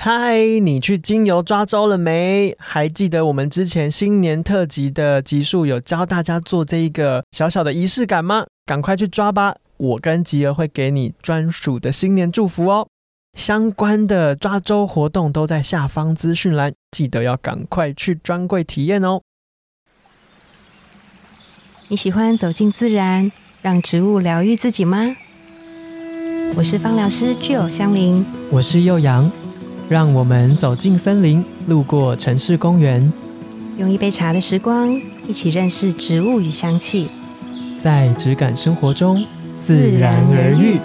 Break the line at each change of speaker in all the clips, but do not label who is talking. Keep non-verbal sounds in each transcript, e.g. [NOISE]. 嗨，你去精油抓周了没？还记得我们之前新年特辑的集数有教大家做这一个小小的仪式感吗？赶快去抓吧！我跟吉儿会给你专属的新年祝福哦。相关的抓周活动都在下方资讯栏，记得要赶快去专柜体验哦。
你喜欢走进自然，让植物疗愈自己吗？我是芳疗师具有香林，
我是幼阳，让我们走进森林，路过城市公园，
用一杯茶的时光，一起认识植物与香气。
在质感生活中
自然而愈。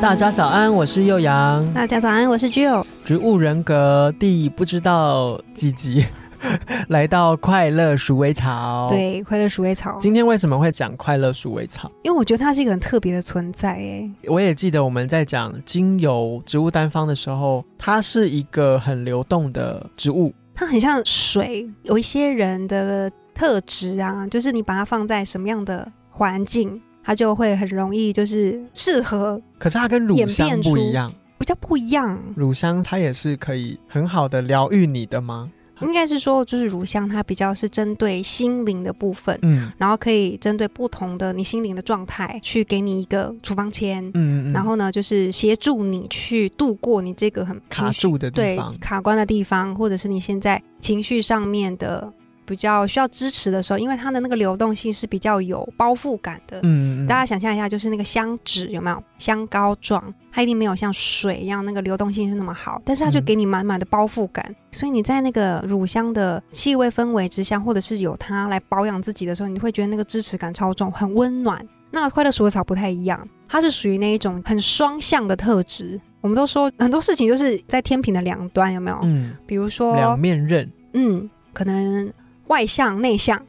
大家早安，我是幼阳。
大家早安，我是具有。
植物人格第不知道几集， [LAUGHS] 来到快乐鼠尾草。，
对，快乐鼠尾草，
今天为什么会讲快乐鼠尾草？
因为我觉得它是一个很特别的存在。哎，
我也记得我们在讲精油植物单方的时候，它是一个很流动的植物。
它很像水，有一些人的特质啊，就是你把它放在什么样的环境，它就会很容易就是适合，
可是它跟乳
演变
香不一
出
样，
比较不一样。
乳香它也是可以很好的疗愈你的吗？
应该是说，就是乳香它比较是针对心灵的部分。
嗯
然后可以针对不同的你心灵的状态，去给你一个处方签，
嗯嗯，
然后呢，就是协助你去度过你这个很
卡
情绪
住的地
对
方，
卡关的地方，或者是你现在情绪上面的比较需要支持的时候，因为它的那个流动性是比较有包覆感的。
嗯，嗯嗯
大家想象一下，就是那个香纸有没有香膏状？它一定没有像水一样那个流动性是那么好，但是它就
嗯
给你满满的包覆感。所以你在那个乳香的气味氛围之下，或者是有它来保养自己的时候，你会觉得那个支持感超重，很温暖。那快乐鼠尾草不太一样，它是属于那一种很双向的特质。我们都说很多事情就是在天平的两端，有没有？
嗯
比如说，
两面刃，
嗯，可能外向内向，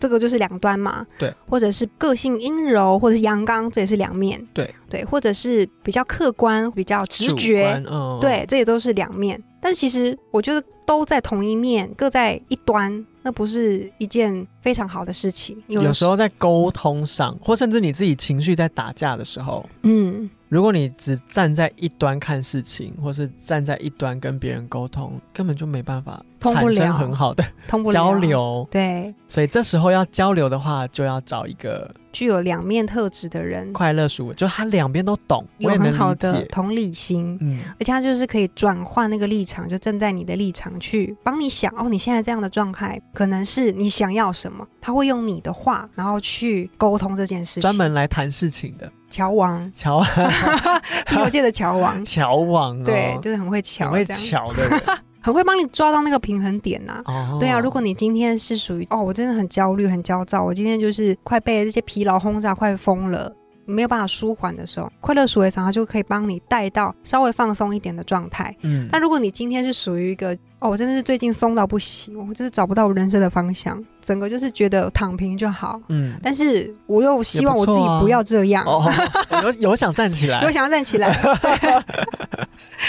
这个就是两端嘛。
对，
或者是个性阴柔，或者是阳刚，这也是两面。
对
对，或者是比较客观、比较直
主
觉
观，，嗯，
对，这也都是两面。但其实我觉得都在同一面，各在一端，那不是一件非常好的事情。有
有
的
时，候在沟通上，或甚至你自己情绪在打架的时候，
嗯，
如果你只站在一端看事情，或是站在一端跟别人沟通，根本就没办法
通不
产生
了
很好的
通不了
交，流。
对，
所以这时候要交流的话，就要找一个
具有两面特质的人，
快乐鼠，就他两边都懂，
嗯有
我也能
很好
理
的
解。
同理心。
嗯，
而且它就是可以转换那个立场，就站在你的立场去帮你想哦，你现在这样的状态可能是你想要什么，他会用你的话，然后去沟通这件事情。
专门来谈事情的，
乔王
[LAUGHS] 乔，
听游界的乔王
[LAUGHS] 乔王哦，
对，就是很会乔，
很会
这样
乔的
[LAUGHS]
人。
很会帮你抓到那个平衡点呐、
哦
对啊，如果你今天是属于哦，我真的很焦虑、很焦躁，我今天就是快被这些疲劳轰炸，快疯了，没有办法舒缓的时候，快乐鼠尾草它就可以帮你带到稍微放松一点的状态。
嗯
但如果你今天是属于一个哦，我真的是最近松到不行，我就是找不到我人生的方向，整个就是觉得躺平就好。
嗯
但是我又希望我自己不要这样，
哦，有有想站起
[LAUGHS]
来
我，想要
[LAUGHS]
站起来，对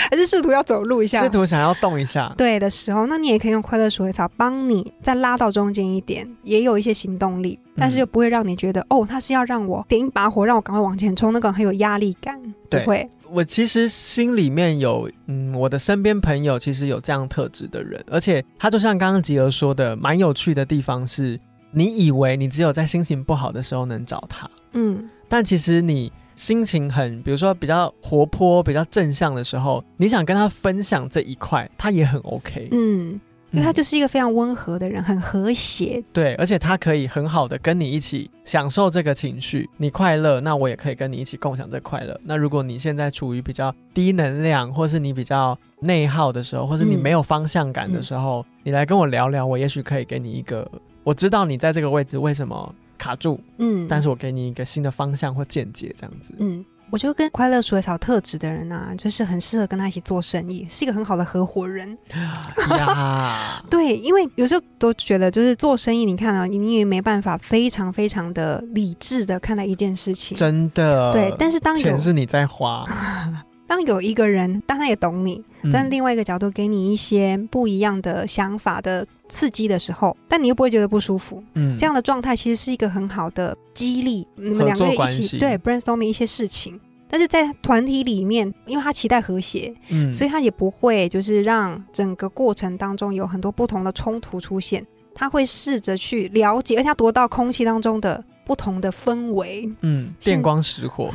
还是试图要走路一下
试。图想要动一下。
对的时候，那你也可以用快乐鼠尾草帮你再拉到中间一点，也有一些行动力，但
嗯
是又不会让你觉得、哦，它是要让我点一把火，让我赶快往前冲，那个很有压力感，不
对
会，
我其实心里面有，嗯，我的身边朋友其实有这样特质的人，而且他就像刚刚吉儿说的，蛮有趣的地方是，你以为你只有在心情不好的时候能找他，
嗯，
但其实你心情很，比如说比较活泼、比较正向的时候，你想跟他分享这一块，他也很 OK，
嗯，因为他
嗯
就是一个非常温和的人，很和谐，
对，而且他可以很好的跟你一起享受这个情绪，你快乐，那我也可以跟你一起共享这快乐。那如果你现在处于比较低能量，或是你比较内耗的时候，或是你
嗯
没有方向感的时候，你来跟我聊聊，我也许可以给你一个，我知道你在这个位置为什么卡住，
嗯，
但是我给你一个新的方向或见解，这
[LAUGHS]
样子。
嗯，我觉得跟快乐鼠尾草特质的人啊，就是很适合跟他一起做生意，是一个很好的合伙人。
呀，
对，因为有时候都觉得就是做生意，你看啊，你也没办法非常非常的理智的看待一件事情。
真的。
[LAUGHS] 对，但是当有
钱是你在花，
当有一个人，当他也懂你，
嗯
[LAUGHS] 但另外一个角度给你一些不一样的想法的刺激的时候，但你又不会觉得不舒服，
嗯
这样的状态其实是一个很好的激励，你们
合
两个
作
人一
关
起
系
对 brainstorming 一些事情，但是在团体里面，因为他期待和谐，
嗯，
所以他也不会就是让整个过程当中有很多不同的冲突出现。他会试着去了解，而且他读到空气当中的不同的氛围，
嗯，
是
电光石火，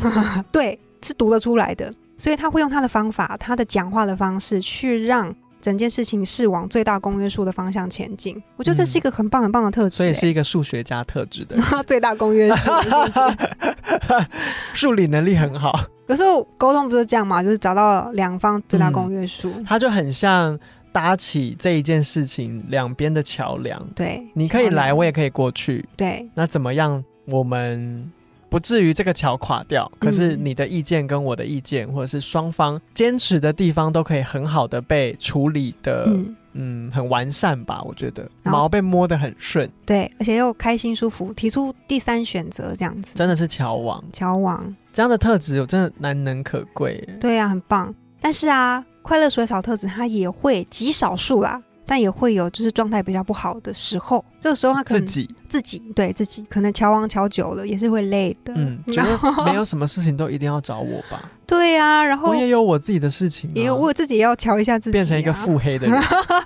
对，是读得出来的。所以他会用他的方法，他的讲话的方式，去让整件事情是往最大公约数的方向前进。我觉得这是一个很棒很棒的特质、
嗯
欸，
所以是一个数学家特质的人，
最大公约数。是不
[LAUGHS]
是
数理能力很好，
可是沟通不是这样嘛，就是找到两方最
嗯
大公约数。
他就很像搭起这一件事情两边的桥梁，
对，
你可以来，我
也
也可以过去，
对，
那怎么样？我们不至于这个桥垮掉，
嗯
可是你的意见跟我的意见，或者是双方坚持的地方，都可以很好的被处理的，嗯
嗯，
很完善吧？我觉得
然后
毛被摸得很顺，
对，而且又开心舒服，提出第三选择这样子。
真的是桥王
交往，
这样的特质，我真的难能可贵耶。
对啊，很棒。但是啊，快乐水草特质它也会极少数啦，但也会有就是状态比较不好的时候。这个时候他可
自
能
己，
自己对自己可能乔王乔久了也是会累的。
嗯，觉
然后
得没有什么事情都一定要找我吧，
对啊， [LAUGHS] 然后
我也有我自己的事情、啊，
也有我自己也要瞧一下自己、啊，
变成一个腹黑的人
[LAUGHS]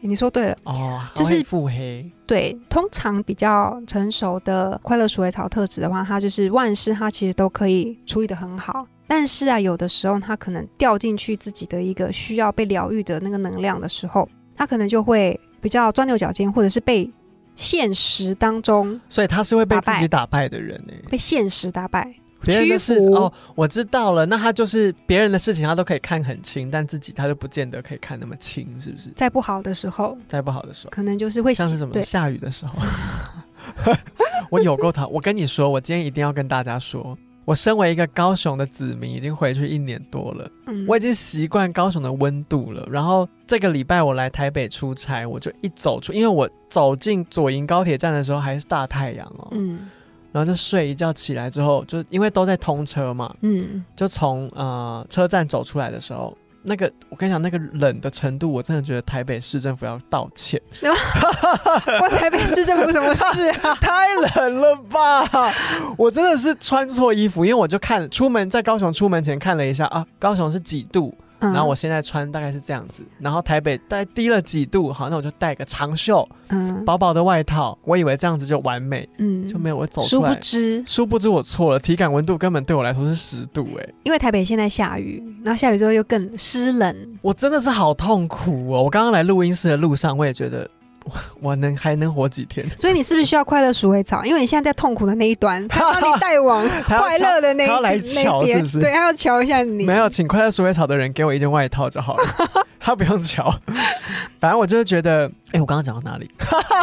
你说对了。
哦，
就
好会
是
腹黑，
对，通常比较成熟的快乐鼠尾草特质的话，它就是万事它其实都可以处理得很好。但是啊，有的时候它可能掉进去自己的一个需要被疗愈的那个能量的时候，它可能就会比较钻牛角尖，或者是被现实当中
所以他是会被自
打败
己打败的人哎。
被现实打败。
别人的事
屈服
哦，我知道了。那他就是别人的事情，他都可以看很清，但自己他就不见得可以看那么清，是不是？
在不好的时候，
在不好的时候，
可能就是会
像是什么
对
下雨的时候， [LAUGHS] 我有够讨。我跟你说，我今天一定要跟大家说，我身为一个高雄的子民，已经回去一年多了，
嗯
我已经习惯高雄的温度了。然后这个礼拜我来台北出差，我就一走出，因为我走进左营高铁站的时候还是大太阳哦，
嗯
然后就睡一觉起来之后，就因为都在通车嘛，
嗯
就从呃车站走出来的时候，那个我跟你讲，那个冷的程度，我真的觉得台北市政府要道歉，
[LAUGHS]
[LAUGHS]
关台北市政府什么事啊？
太冷了吧！我真的是穿错衣服，因为我就看出门在高雄出门前看了一下啊，高雄是几度，[LAUGHS]
嗯
然后我现在穿大概是这样子，然后台北大概低了几度，好，那我就带个长袖、
嗯
薄薄的外套，我以为这样子就完美，
嗯
就没有我走
殊
出
不
来。
知，
殊不知我错了，体感温度根本对我来说是十度哎、
因为台北现在下雨，然后下雨之后又更湿冷，
我真的是好痛苦哦！我刚刚来录音室的路上，我也觉得我我能还能活几天？
所以你是不是需要快乐鼠尾草？因为你现在在痛苦的那一
[LAUGHS]
端，他帮你带往
还要
快乐的那一
他要来
那
瞧
一
是
边，
不是
对，他要瞧一下你。
没有，，请快乐鼠尾草的人给我一件外套就好了，
[LAUGHS]
他不用瞧。反正我就是觉得，哎、我刚刚讲到哪里？ [LAUGHS]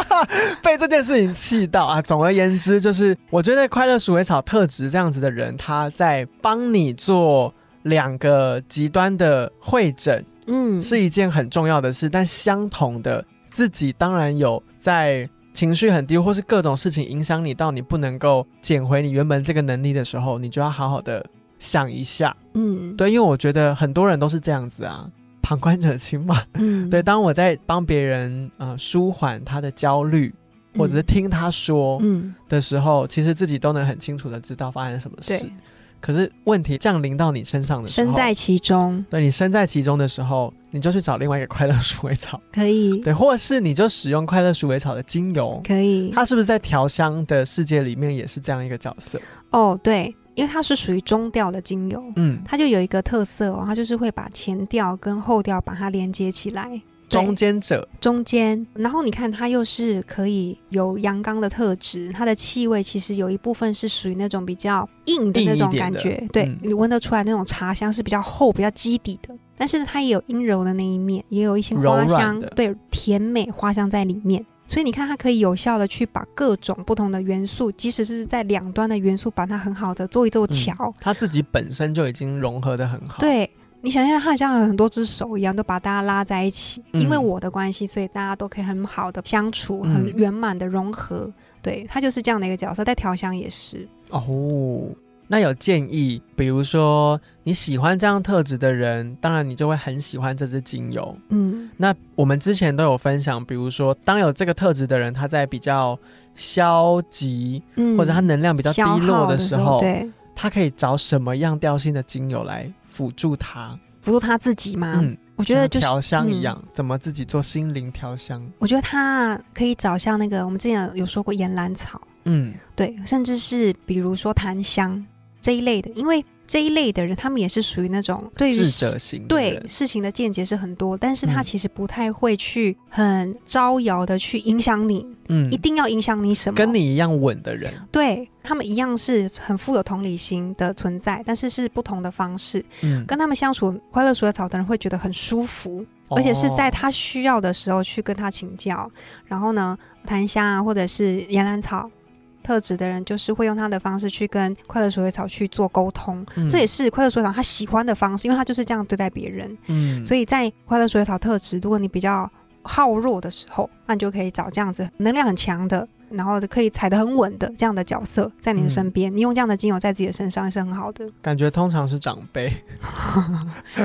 被这件事情气到啊！总而言之，就是我觉得快乐鼠尾草特质这样子的人，他在帮你做两个极端的会诊，
嗯，
是一件很重要的事，但相同的，自己当然有在情绪很低，或是各种事情影响你到你不能够捡回你原本这个能力的时候，你就要好好的想一下。
嗯，
对，因为我觉得很多人都是这样子啊，旁观者清嘛。
嗯，
对，当我在帮别人啊、呃舒缓他的焦虑，或者是听他说
嗯，
的时候，其实自己都能很清楚的知道发生什么事
对。，
可是问题降临到你身上的时候，
身在其中
对你身在其中的时候，你就去找另外一个快乐鼠尾草，
可以，
对，或是你就使用快乐鼠尾草的精油，
可以。
它是不是在调香的世界里面也是这样一个角色？
哦，对，因为它是属于中调的精油，
嗯，
它就有一个特色哦，它就是会把前调跟后调把它连接起来。对
中间者，
中间，然后你看它又是可以有阳刚的特质，它的气味其实有一部分是属于那种比较硬的
硬一
那种
点
感
的
觉，对、
嗯
你闻得出来那种茶香是比较厚、比较基底的，但是它也有阴柔的那一面，也有一些
柔
花
软
香
的，
对，甜美花香在里面。所以你看，它可以有效的去把各种不同的元素，即使是在两端的元素，把它很好的做
嗯
一做桥。
它自己本身就已经融合的很好。，
对你想象，它好像有很多只手一样，都把大家拉在一起。
嗯
因为我的关系，所以大家都可以很好的相处，
嗯
很圆满的融合。对，它就是这样的一个角色，在调香也是。
哦，那有建议，比如说你喜欢这样特质的人，当然你就会很喜欢这支精油。
嗯
那我们之前都有分享，比如说当有这个特质的人，他在比较消极
嗯
或者他能量比
比
较低落
嗯的
的时候，
对，
他可以找什么样调性的精油来辅助他？
辅助他自己嘛。
嗯，
我啊觉得
像
就是
调香一
嗯
样，怎么自己做心灵调香？
我觉得他可以找像那个我们之前有说过岩兰草，
嗯，
对，甚至是比如说檀香这一类的，因为这一类的人他们也是属于那种对于
智者型的
对
人
事情的见解是很多，但是他
嗯
其实不太会去很招摇的去影响你，
嗯
一，定要影响你什么？
跟你一样稳的人，
对他们一样是很富有同理心的存在，但是是不同的方式。
嗯，
跟他们相处，快乐鼠尾草的人会觉得很舒服，而且是在
哦
他需要的时候去跟他请教。然后呢，檀香啊，或者是岩兰草。特质的人就是会用他的方式去跟快乐鼠尾草去做沟通，
哦嗯
这也是快乐鼠尾草他喜欢的方式，因为他就是这样对待别人。
嗯，
所
以
以在快乐鼠尾草特质，如果你比较好弱的时候，那你就可以找这样子能量很强的，然后可以踩得很稳的这样的角色在你的
嗯
身边。你用这样的精油在自己的身上是很
[LAUGHS]
好的，
感觉通常是长辈，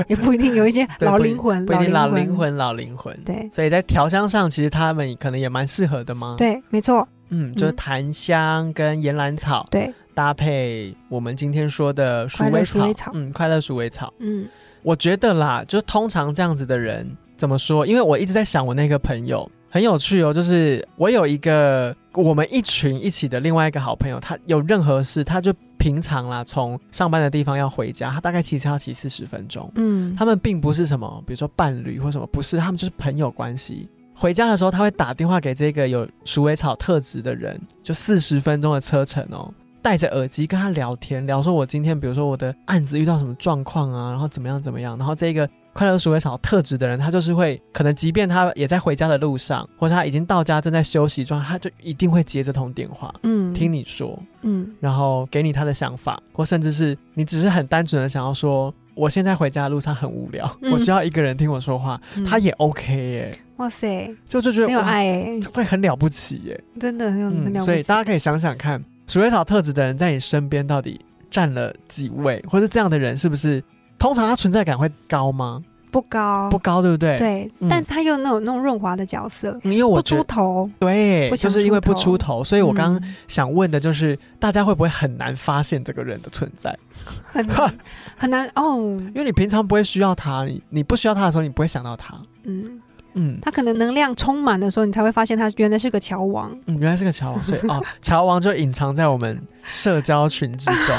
也不一定有一些
对
老
不一
灵魂，
不一定老灵
灵魂，
魂，老灵魂。
对
所以在调香上，其实他们可能也蛮适合的吗？，
对，没错，
嗯，就是檀香跟岩兰草
对，
搭配我们今天说的鼠
快乐
尾
鼠
草，
尾草
嗯，快乐鼠尾草。
嗯
我觉得啦，就是通常这样子的人怎么说？因为我一直在想我那个朋友很有趣哦，就是我有一个我们一群一起的另外一个好朋友，他有任何事他就平常啦，从上班的地方要回家，他大概骑车要骑四十分钟。
嗯，
他们并不是什么，比如说伴侣或什么，不是，他们就是朋友关系。回家的时候，他会打电话给这个有鼠尾草特质的人，就四十分钟的车程哦，戴着耳机跟他聊天，聊说我今天比如说我的案子遇到什么状况啊，然后怎么样怎么样，然后这个快乐鼠尾草特质的人，他就是会可能即便他也在回家的路上，或者他已经到家正在休息状态，他就一定会接这通电话，
嗯
听，你说，
嗯
然后给你他的想法，或甚至是你只是很单纯的想要说，我现在回家的路上很无聊，
嗯
我需要一个人听我说话，
嗯
他也 OK 耶，
哇塞，
就就觉得
很有
哇，
爱欸，
这会很了不起耶，
真的很有很了
嗯所
不
以
起
大家，可以想想看，鼠尾草特质的人在你身边到底占了几位，或是这样的人是不是通常他存在感会高吗？
不高
不，高，对不对？，
对，
嗯
但他又有那种那种润滑的角色，
因为我
不
觉
出
得
头，
对，
不
就
想
是因为不
出头
出头，所以我刚刚
嗯
想问的就是，大家会不会很难发现这个人的存在？
很
[LAUGHS]
难很难哦，
因为你平常不会需要他，你你不需要他的时候，你不会想到他。
嗯。
嗯
他可能能量充满的时候，你才会发现他原来是个乔王。
嗯，原来是个乔王，所以哦， [LAUGHS] 乔王就隐藏在我们社交群之
[LAUGHS]
中，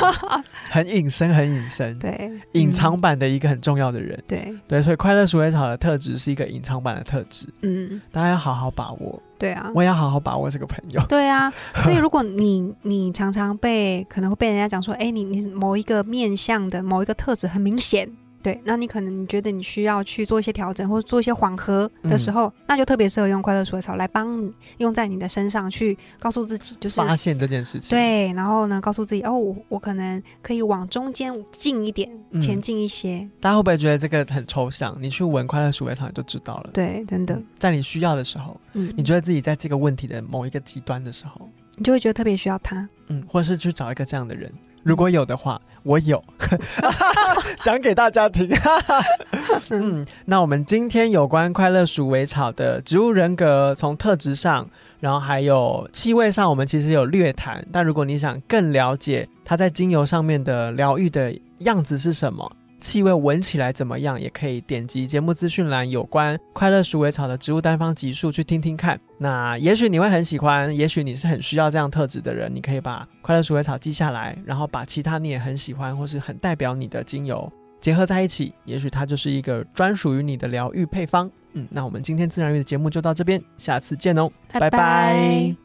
很隐身，很隐身，
对，
隐藏
嗯
版的一个很重要的人。
对，
对，所以快乐鼠尾草的特质是一个隐藏版的特质，
嗯，
大家要好好把握。
对啊，
我也要好好把握这个朋友。
对啊。所以如果你你常常被可能会被人家讲说，哎，你你某一个面向的某一个特质很明显，对，那你可能你觉得你需要去做一些调整或者做一些缓和的时
嗯
候，那就特别适合用快乐鼠尾草来帮你用在你的身上，去告诉自己就是。
发现这件事情，，
对，然后呢，告诉自己哦，我我可能可以往中间近一点，
嗯
前进一些。
大家会不会觉得这个很抽象？你去闻快乐鼠尾草你就知道了。
对，真的，
嗯，在你需要的时候，
嗯，
你觉得自己在这个问题的某一个极端的时候，
你就会觉得特别需要它。
嗯，或是去找一个这样的人。如果有的话，我有，讲给大家听。嗯，那我们今天有关快乐鼠尾草的植物人格，从特质上，然后还有气味上，我们其实有略谈。但如果你想更了解它在精油上面的疗愈的样子是什么，气味闻起来怎么样，也可以点击节目资讯栏有关快乐鼠尾草的植物单方集数去听听看。那也许你会很喜欢，也许你是很需要这样特质的人，你可以把快乐鼠尾草记下来，然后把其他你也很喜欢或是很代表你的精油结合在一起，也许它就是一个专属于你的疗愈配方。嗯，那我们今天自然语的节目就到这边，下次见哦，拜拜